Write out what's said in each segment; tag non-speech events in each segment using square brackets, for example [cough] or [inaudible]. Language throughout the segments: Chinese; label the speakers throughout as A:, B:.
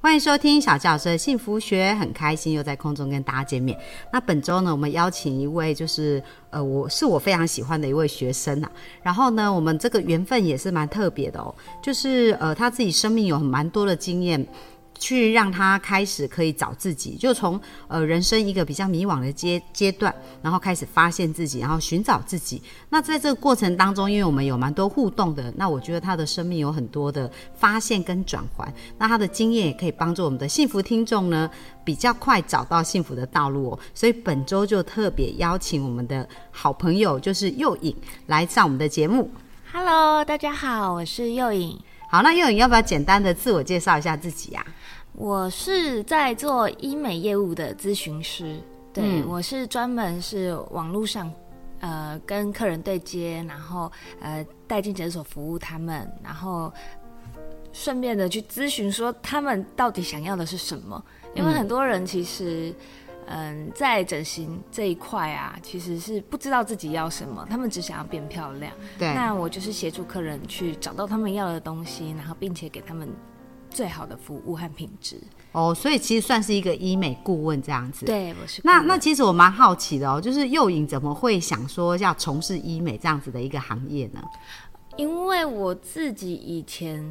A: 欢迎收听小纪老师的幸福学，很开心又在空中跟大家见面。那本周呢，我们邀请一位就是呃，我是我非常喜欢的一位学生啊。然后呢，我们这个缘分也是蛮特别的哦，就是呃，他自己生命有蛮多的经验。去让他开始可以找自己，就从呃人生一个比较迷惘的阶阶段，然后开始发现自己，然后寻找自己。那在这个过程当中，因为我们有蛮多互动的，那我觉得他的生命有很多的发现跟转换。那他的经验也可以帮助我们的幸福听众呢，比较快找到幸福的道路哦。所以本周就特别邀请我们的好朋友，就是右影来上我们的节目。
B: Hello，大家好，我是右颖，
A: 好，那右影要不要简单的自我介绍一下自己呀、啊
B: 我是在做医美业务的咨询师，对、
A: 嗯
B: 我是专门是网络上。呃，跟客人对接，然后呃带进诊所服务他们，然后顺便的去咨询说他们到底想要的是什么，因为
A: 嗯
B: 很多人其实嗯、在整形这一块啊，其实是不知道自己要什么，他们只想要变漂亮。
A: 对，
B: 那我就是协助客人去找到他们要的东西，然后并且给他们最好的服务和品质。
A: 哦，所以其实算是一个医美顾问这样子。。
B: 对，我是
A: 那
B: 顾
A: 那
B: 问
A: 其实我蛮好奇的哦，就是幼影怎么会想说要从事医美这样子的一个行业呢？
B: 因为我自己以前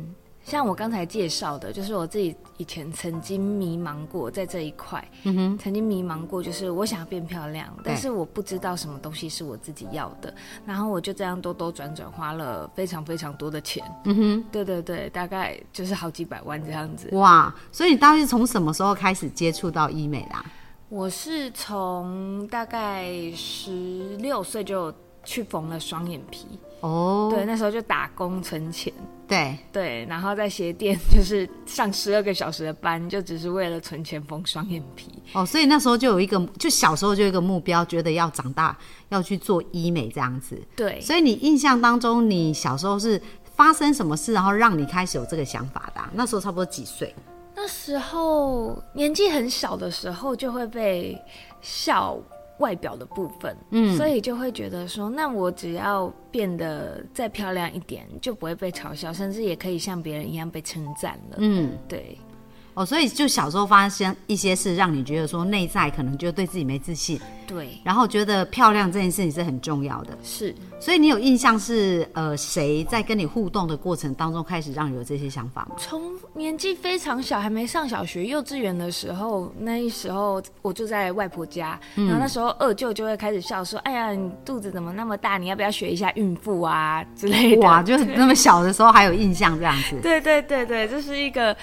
B: 像我刚才介绍的，就是我自己以前曾经迷茫过在这一块，
A: 嗯哼，
B: 曾经迷茫过，就是我想要变漂亮，但
A: 对
B: 是我不知道什么东西是我自己要的，然后我就这样兜兜转转花了非常非常多的钱，
A: 嗯哼，
B: 对对对，大概就是好几百万这样子。
A: 哇！所以你当时从什么时候开始接触到医美啊啦、
B: 我是从大概十六岁就去缝了双眼皮，
A: 哦，
B: 对，那时候就打工存钱，
A: 对
B: 对，然后在鞋店 [laughs] 就是上十二个小时的班，就只是为了存钱缝双眼皮。
A: 哦，所以那时候就有一个，就小时候就有一个目标，觉得要长大要去做医美这样子。
B: 对，
A: 所以你印象当中，你小时候是发生什么事，然后让你开始有这个想法的啊、那时候差不多几岁？
B: 那时候年纪很小的时候就会被笑外表的部分，嗯，所以就会觉得说，那我只要变得再漂亮一点，就不会被嘲笑，甚至也可以像别人一样被称赞了。
A: 嗯，
B: 对，
A: 哦，所以就小时候发生一些事，让你觉得说内在可能就对自己没自信，
B: 对，
A: 然后觉得漂亮这件事情是很重要的。
B: 是。
A: 所以你有印象是呃谁在跟你互动的过程当中开始让你有这些想法吗？
B: 从年纪非常小，还没上小学、幼稚园的时候，那时候我住在外婆家，
A: 嗯
B: 然后那时候二舅就会开始笑说：“哎呀，你肚子怎么那么大？你要不要学一下孕妇啊之类的？”
A: 哇，就是那么小的时候还有印象这样子。
B: 对对对对，这是一个，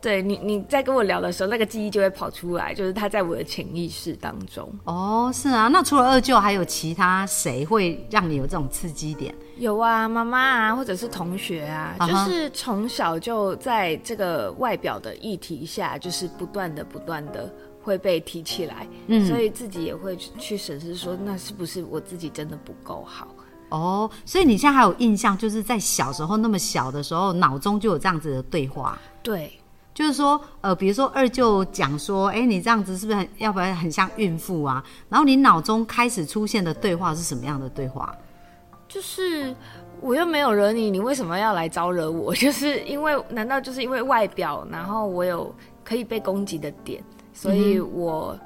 B: 对你你在跟我聊的时候，那个记忆就会跑出来，就是它在我的潜意识当中。
A: 哦，是啊，那除了二舅，还有其他谁会让你有这种刺激点？
B: 有啊，妈妈啊，或者是同学啊
A: 啊
B: 就
A: 哈
B: 是从小就在这个外表的议题下，就是不断的、不断的会被提起来，
A: 嗯
B: 所以自己也会去去审视说，那是不是我自己真的不够好？
A: 哦，所以你现在还有印象，就是在小时候那么小的时候，脑中就有这样子的对话。
B: 对，
A: 就是说，呃，比如说二舅讲说，哎、你这样子是不是很，要不然很像孕妇啊？然后你脑中开始出现的对话是什么样的对话？
B: 就是我又没有惹你，你为什么要来招惹我？ [laughs] 就是因为难道就是因为外表，然后我有可以被攻击的点，所以我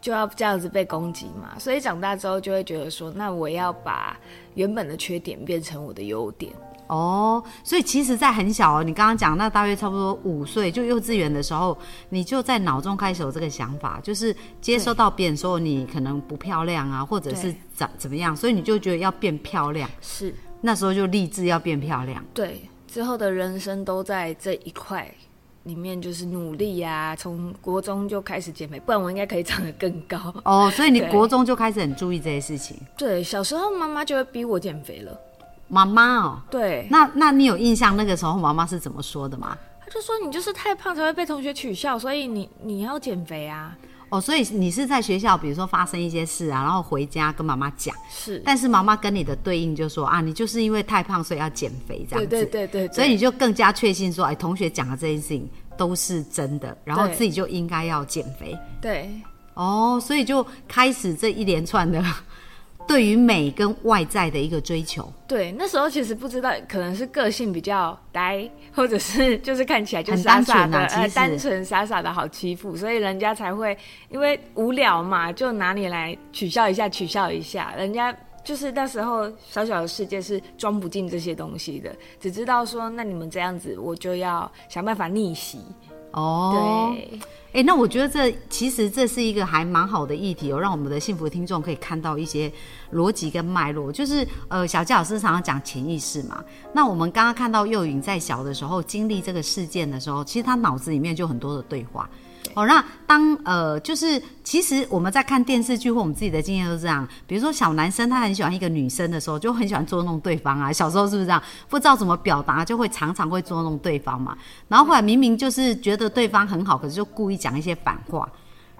B: 就要这样子被攻击嘛？所以长大之后就会觉得说，那我要把原本的缺点变成我的优点。
A: 哦，所以其实，在很小哦，你刚刚讲那大约差不多五岁，就幼稚园的时候，你就在脑中开始有这个想法，就是接收到别人说你可能不漂亮啊，或者是
B: 对
A: 怎怎么样，所以你就觉得要变漂亮。
B: 是
A: 那时候就立志要变漂亮。
B: 对之后的人生都在这一块。里面就是努力呀、从国中就开始减肥，不然我应该可以长得更高。 [laughs]
A: 哦，所以你
B: 对
A: 国中就开始很注意这些事情。
B: 对，小时候妈妈就会逼我减肥了。
A: 妈妈哦，
B: 对，
A: 那那你有印象那个时候妈妈是怎么说的吗？
B: 他就说你就是太胖才会被同学取笑，所以你你要减肥啊。
A: 哦，所以你是在学校，比如说发生一些事啊，然后回家跟妈妈讲，
B: 是，
A: 但是妈妈跟你的对应就说啊，你就是因为太胖，所以要减肥这样
B: 对
A: 子。
B: 对对对对，
A: 所以你就更加确信说，哎，同学讲的这件事情都是真的，然后
B: 对
A: 自己就应该要减肥
B: 对
A: 哦，所以就开始这一连串的 [laughs] 对于美跟外在的一个追求，
B: 对，那时候其实不知道，可能是个性比较呆，或者是就是看起来就
A: 很
B: 傻
A: 单
B: 傻
A: 纯
B: 的，
A: 啊
B: 呃，
A: 其实
B: 单纯傻傻的好欺负，所以人家才会因为无聊嘛，就拿你来取笑一下，取笑一下，人家。就是那时候小小的世界是装不进这些东西的，只知道说那你们这样子，我就要想办法逆袭。
A: 哦，
B: 对，
A: 哎、那我觉得这其实这是一个还蛮好的议题哦，让我们的幸福听众可以看到一些逻辑跟脉络。就是呃，小纪老师常常讲潜意识嘛，那我们刚刚看到幼颖在小的时候经历这个事件的时候，其实她脑子里面就很多的对话。哦，那当呃，就是其实我们在看电视剧或我们自己的经验都是这样，比如说小男生他很喜欢一个女生的时候，就很喜欢捉弄对方啊。小时候是不是这样？不知道怎么表达，就会常常会捉弄对方嘛。然后后来明明就是觉得对方很好，可是就故意讲一些反话，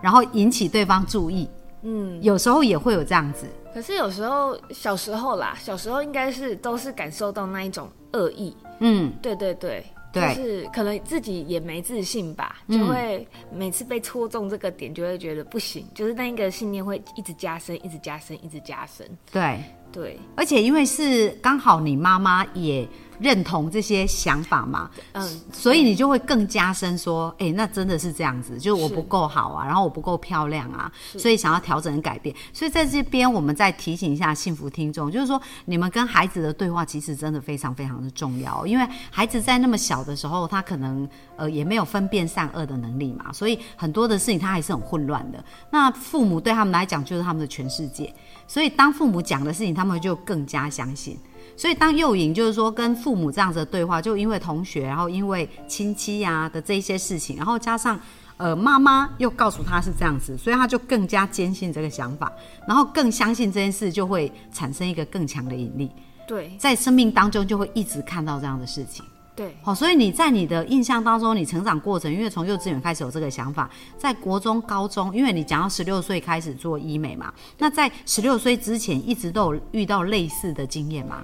A: 然后引起对方注意。嗯，有时候也会有这样子。
B: 可是有时候小时候啦，小时候应该是都是感受到那一种恶意，
A: 嗯，
B: 对对对，
A: 对嗯
B: 就是可能自己也没自信吧，就会每次被戳中这个点，就会觉得不行，就是那一个信念会一直加深，一直加深，一直加深。
A: 对。
B: 对，
A: 而且因为是刚好你妈妈也认同这些想法嘛，
B: 嗯，
A: 所以你就会更加深说，哎、那真的是这样子，就是我
B: 是
A: 不够好啊，然后我不够漂亮啊，所以想要调整改变。所以在这边，我们再提醒一下幸福听众，就是说你们跟孩子的对话其实真的非常非常的重要，哦因为孩子在那么小的时候，他可能呃也没有分辨善恶的能力嘛，所以很多的事情他还是很混乱的。那父母对他们来讲就是他们的全世界，所以当父母讲的事情，他们就更加相信。所以当幼影就是说跟父母这样子的对话，就因为同学，然后因为亲戚呀、的这一些事情，然后加上呃妈妈又告诉他是这样子，所以他就更加坚信这个想法，然后更相信这件事，就会产生一个更强的引力，
B: 对
A: 在生命当中就会一直看到这样的事情。
B: 对，
A: 好、哦所以你在你的印象当中，你成长过程，因为从幼稚园开始有这个想法，在国中、高中，因为你讲到十六岁开始做医美嘛，那在十六岁之前一直都有遇到类似的经验嘛？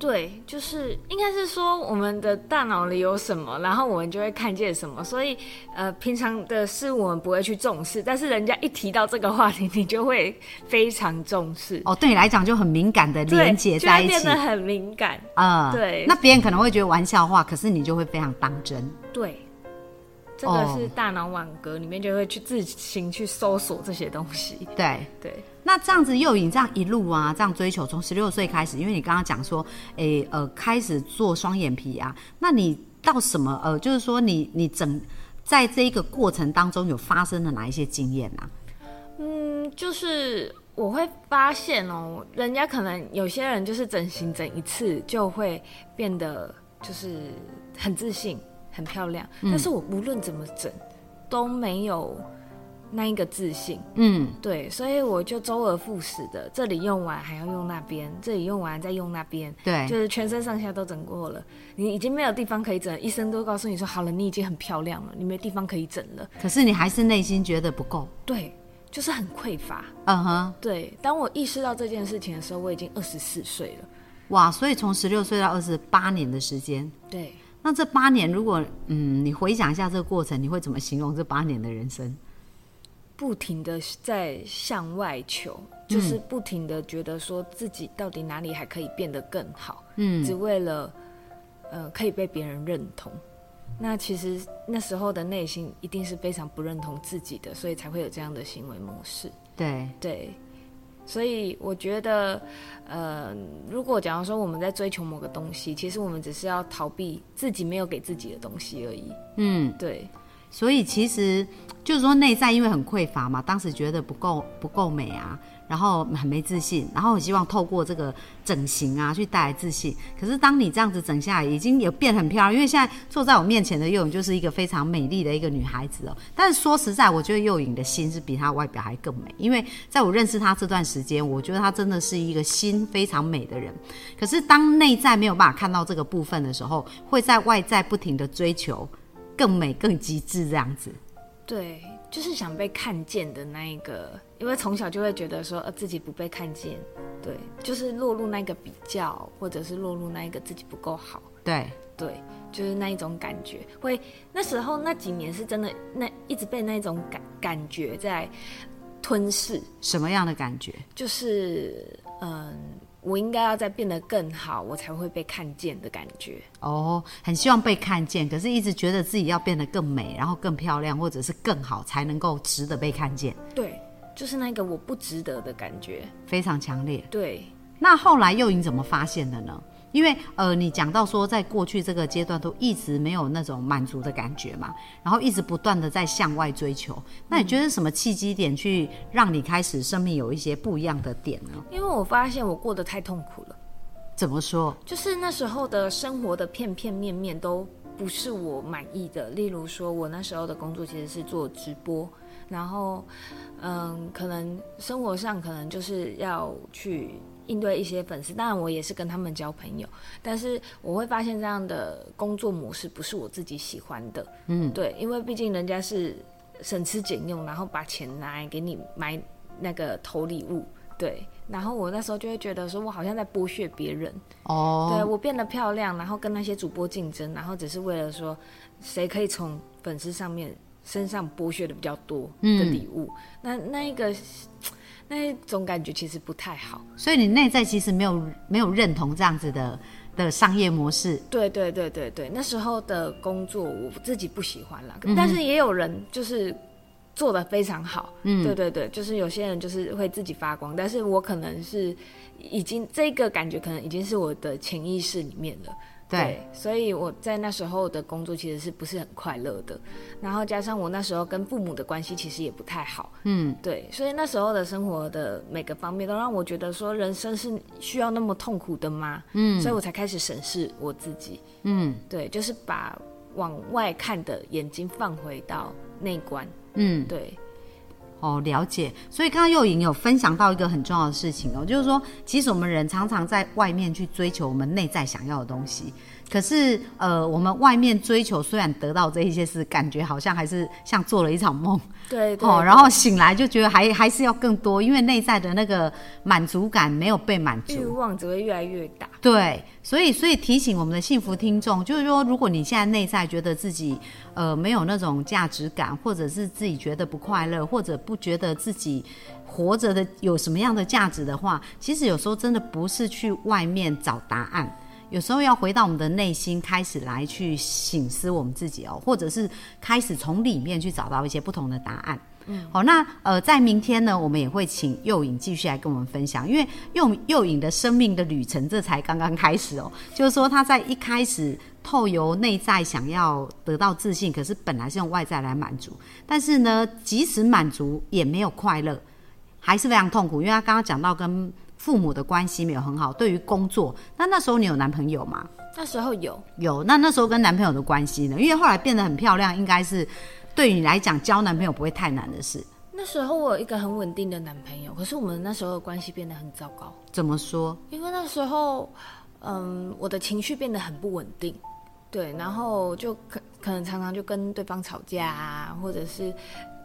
B: 对，就是应该是说我们的大脑里有什么，然后我们就会看见什么，所以呃，平常的事我们不会去重视，但是人家一提到这个话题，你就会非常重视，
A: 哦，对你来讲就很敏感的
B: 对，
A: 连接
B: 就
A: 在
B: 会
A: 一
B: 变
A: 起
B: 得，很敏感。
A: 啊，
B: 对
A: 那别人可能会觉得玩笑话，可是你就会非常当真。
B: 对，这个
A: 哦
B: 是大脑网格里面就会去自行去搜索这些东西。
A: 对，
B: 对
A: 那这样子幼影这样一路啊，这样追求，从十六岁开始，因为你刚刚讲说，诶、呃，开始做双眼皮啊，那你到什么呃，就是说你你整在这一个过程当中有发生了哪一些经验啊？
B: 嗯，就是我会发现哦，人家可能有些人就是整形整一次就会变得就是很自信、很漂亮，
A: 嗯
B: 但是我无论怎么整都没有那一个自信。
A: 嗯，
B: 对，所以我就周而复始的，这里用完还要用那边，这里用完再用那边，
A: 对
B: 就，是全身上下都整过了，你已经没有地方可以整，医生都告诉你说好了，你已经很漂亮了，你没地方可以整了。
A: 可是你还是内心觉得不够。
B: 对，就是很匮乏。
A: 嗯哼，
B: 对，当我意识到这件事情的时候，我已经二十四岁了。
A: 哇，所以从十六岁到二十八年的时间，
B: 对，
A: 那这八年如果嗯，你回想一下这个过程，你会怎么形容这八年的人生？
B: 不停的在向外求，就是不停的觉得说自己到底哪里还可以变得更好，
A: 嗯，
B: 只为了呃可以被别人认同。那其实那时候的内心一定是非常不认同自己的，所以才会有这样的行为模式。
A: 对，
B: 对，所以我觉得，呃，如果假如说我们在追求某个东西，其实我们只是要逃避自己没有给自己的东西而已。
A: 嗯，
B: 对，
A: 所以其实就是说内在因为很匮乏嘛，当时觉得不够不够美啊，然后很没自信，然后很希望透过这个整形啊去带来自信。可是当你这样子整下来，已经有变很漂亮，因为现在坐在我面前的幼颖就是一个非常美丽的一个女孩子哦。但是说实在，我觉得幼颖的心是比她外表还更美，因为在我认识她这段时间，我觉得她真的是一个心非常美的人。可是当内在没有办法看到这个部分的时候，会在外在不停的追求。更美、更极致这样子。
B: 对，就是想被看见的那一个，因为从小就会觉得说，呃，自己不被看见，对，就是落入那个比较，或者是落入那一个自己不够好，
A: 对，
B: 对，就是那一种感觉。会那时候那几年是真的，那一直被那种感感觉在吞噬，
A: 什么样的感觉？
B: 就是嗯，我应该要再变得更好，我才会被看见的感觉。
A: 哦，很希望被看见，可是一直觉得自己要变得更美，然后更漂亮，或者是更好，才能够值得被看见，
B: 对，就是那个我不值得的感觉。
A: 非常强烈。
B: 对，
A: 那后来又你怎么发现的呢？因为呃，你讲到说，在过去这个阶段都一直没有那种满足的感觉嘛，然后一直不断的在向外追求。那你觉得什么契机点去让你开始生命有一些不一样的点呢？
B: 因为我发现我过得太痛苦了。
A: 怎么说？
B: 就是那时候的生活的片片面面都不是我满意的。例如说，我那时候的工作其实是做直播，然后，嗯，可能生活上可能就是要去应对一些粉丝，当然我也是跟他们交朋友，但是我会发现这样的工作模式不是我自己喜欢的。嗯，对，因为毕竟人家是省吃俭用，然后把钱拿来给你买那个投礼物。对，然后我那时候就会觉得说，我好像在剥削别人，对
A: 哦，
B: 我变得漂亮，然后跟那些主播竞争，然后只是为了说谁可以从粉丝上面身上剥削的比较多的礼物，那那一个那一种感觉其实不太好。
A: 所以你内在其实没有没有认同这样子的的商业模式。
B: 对对对对对，那时候的工作我自己不喜欢啦，但是也有人就是做的非常好，嗯，对对对，就是有些人就是会自己发光，但是我可能是已经这个感觉可能已经是我的潜意识里面了。
A: 对
B: 所以我在那时候的工作其实是不是很快乐的，然后加上我那时候跟父母的关系其实也不太好，
A: 嗯，
B: 对，所以那时候的生活的每个方面都让我觉得说人生是需要那么痛苦的吗？嗯，所以我才开始审视我自己，
A: 嗯
B: 对，就是把往外看的眼睛放回到内观，
A: 嗯。
B: 对，
A: 哦，了解。所以刚刚幼莹有分享到一个很重要的事情哦，就是说，其实我们人常常在外面去追求我们内在想要的东西，可是呃，我们外面追求虽然得到这一些事，感觉好像还是像做了一场梦
B: 对，对
A: 哦，
B: 对
A: 然后醒来就觉得还还是要更多，因为内在的那个满足感没有被满足。
B: 欲望只会越来越大，
A: 对，所以所以提醒我们的幸福听众，就是说，如果你现在内在觉得自己呃没有那种价值感，或者是自己觉得不快乐，或者不觉得自己活着的有什么样的价值的话，其实有时候真的不是去外面找答案。有时候要回到我们的内心，开始来去醒思我们自己哦，或者是开始从里面去找到一些不同的答案。好，那呃，在明天呢，我们也会请幼影继续来跟我们分享，因为幼幼影的生命的旅程这才刚刚开始哦，就是说他在一开始透由内在想要得到自信，可是本来是用外在来满足，但是呢，即使满足也没有快乐，还是非常痛苦，因为他刚刚讲到跟父母的关系没有很好，对于工作，那那时候你有男朋友吗？
B: 那时候有，
A: 有，那那时候跟男朋友的关系呢？因为后来变得很漂亮，应该是对你来讲交男朋友不会太难的事。
B: 那时候我有一个很稳定的男朋友，可是我们那时候的关系变得很糟糕，
A: 怎么说？
B: 因为那时候，嗯，我的情绪变得很不稳定，对，然后就可可能常常就跟对方吵架啊，或者是，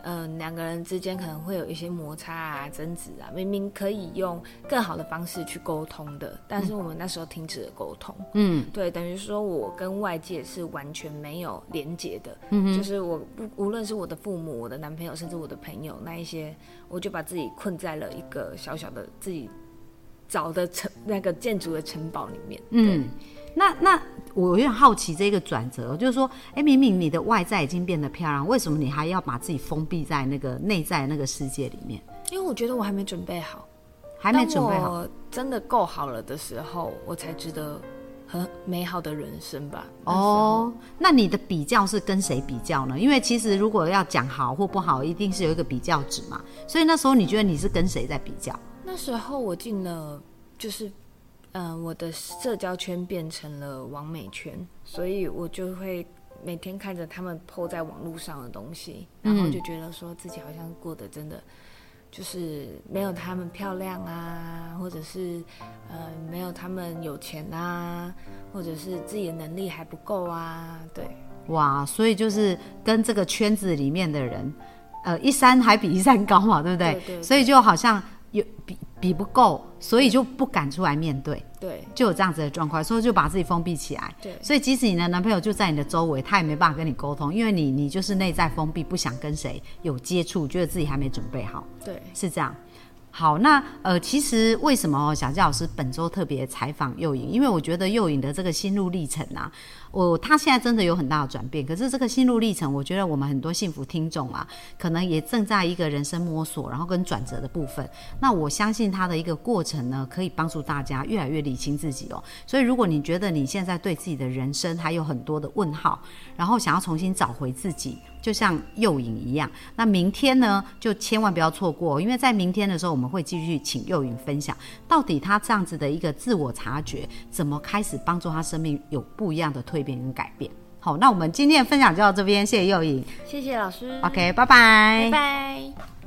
B: 嗯，两个人之间可能会有一些摩擦啊、争执啊，明明可以用更好的方式去沟通的，但是我们那时候停止了沟通，
A: 嗯，
B: 对，等于说我跟外界是完全没有连接的，
A: 嗯
B: 就是我不无论是我的父母、我的男朋友，甚至我的朋友那一些，我就把自己困在了一个小小的自己找的城那个建筑的城堡里面。
A: 嗯，那那我有点好奇这个转折，就是说，哎、明明你的外在已经变得漂亮，为什么你还要把自己封闭在那个内在那个世界里面？
B: 对，因为我觉得我还没准备好，
A: 还
B: 还
A: 没准备好。，
B: 真的够好了的时候，我才值得很美好的人生吧。那时候，
A: 哦，那你的比较是跟谁比较呢？因为其实如果要讲好或不好，一定是有一个比较值嘛。所以那时候你觉得你是跟谁在比较？
B: 那时候我进了，就是，嗯、我的社交圈变成了完美圈，所以我就会每天看着他们 PO 在网络上的东西，然后就觉得说自己好像过得真的。就是没有他们漂亮啊，或者是呃没有他们有钱啊，或者是自己的能力还不够啊，对，
A: 哇，所以就是跟这个圈子里面的人呃一山还比一山高嘛，对不对？
B: 对对对
A: 所以就好像有比比不够，所以就不敢出来面对，
B: 对
A: 就有这样子的状况，所以就把自己封闭起来。
B: 对
A: 所以即使你的男朋友就在你的周围，他也没办法跟你沟通，因为你你就是内在封闭，不想跟谁有接触，觉得自己还没准备好。
B: 对，
A: 是这样。好，那呃，其实为什么哦小佳老师本周特别采访幼颖？因为我觉得幼颖的这个心路历程啊，我她现在真的有很大的转变。可是这个心路历程，我觉得我们很多幸福听众啊，可能也正在一个人生摸索，然后跟转折的部分。那我相信她的一个过程呢，可以帮助大家越来越理清自己哦。所以，如果你觉得你现在对自己的人生还有很多的问号，然后想要重新找回自己，就像幼影一样。那明天呢，就千万不要错过，因为在明天的时候，我们会继续请幼影分享，到底她这样子的一个自我察觉，怎么开始帮助她生命有不一样的蜕变跟改变。好，那我们今天的分享就到这边，谢谢幼影。
B: 谢谢老师
A: OK，拜拜
B: 拜拜。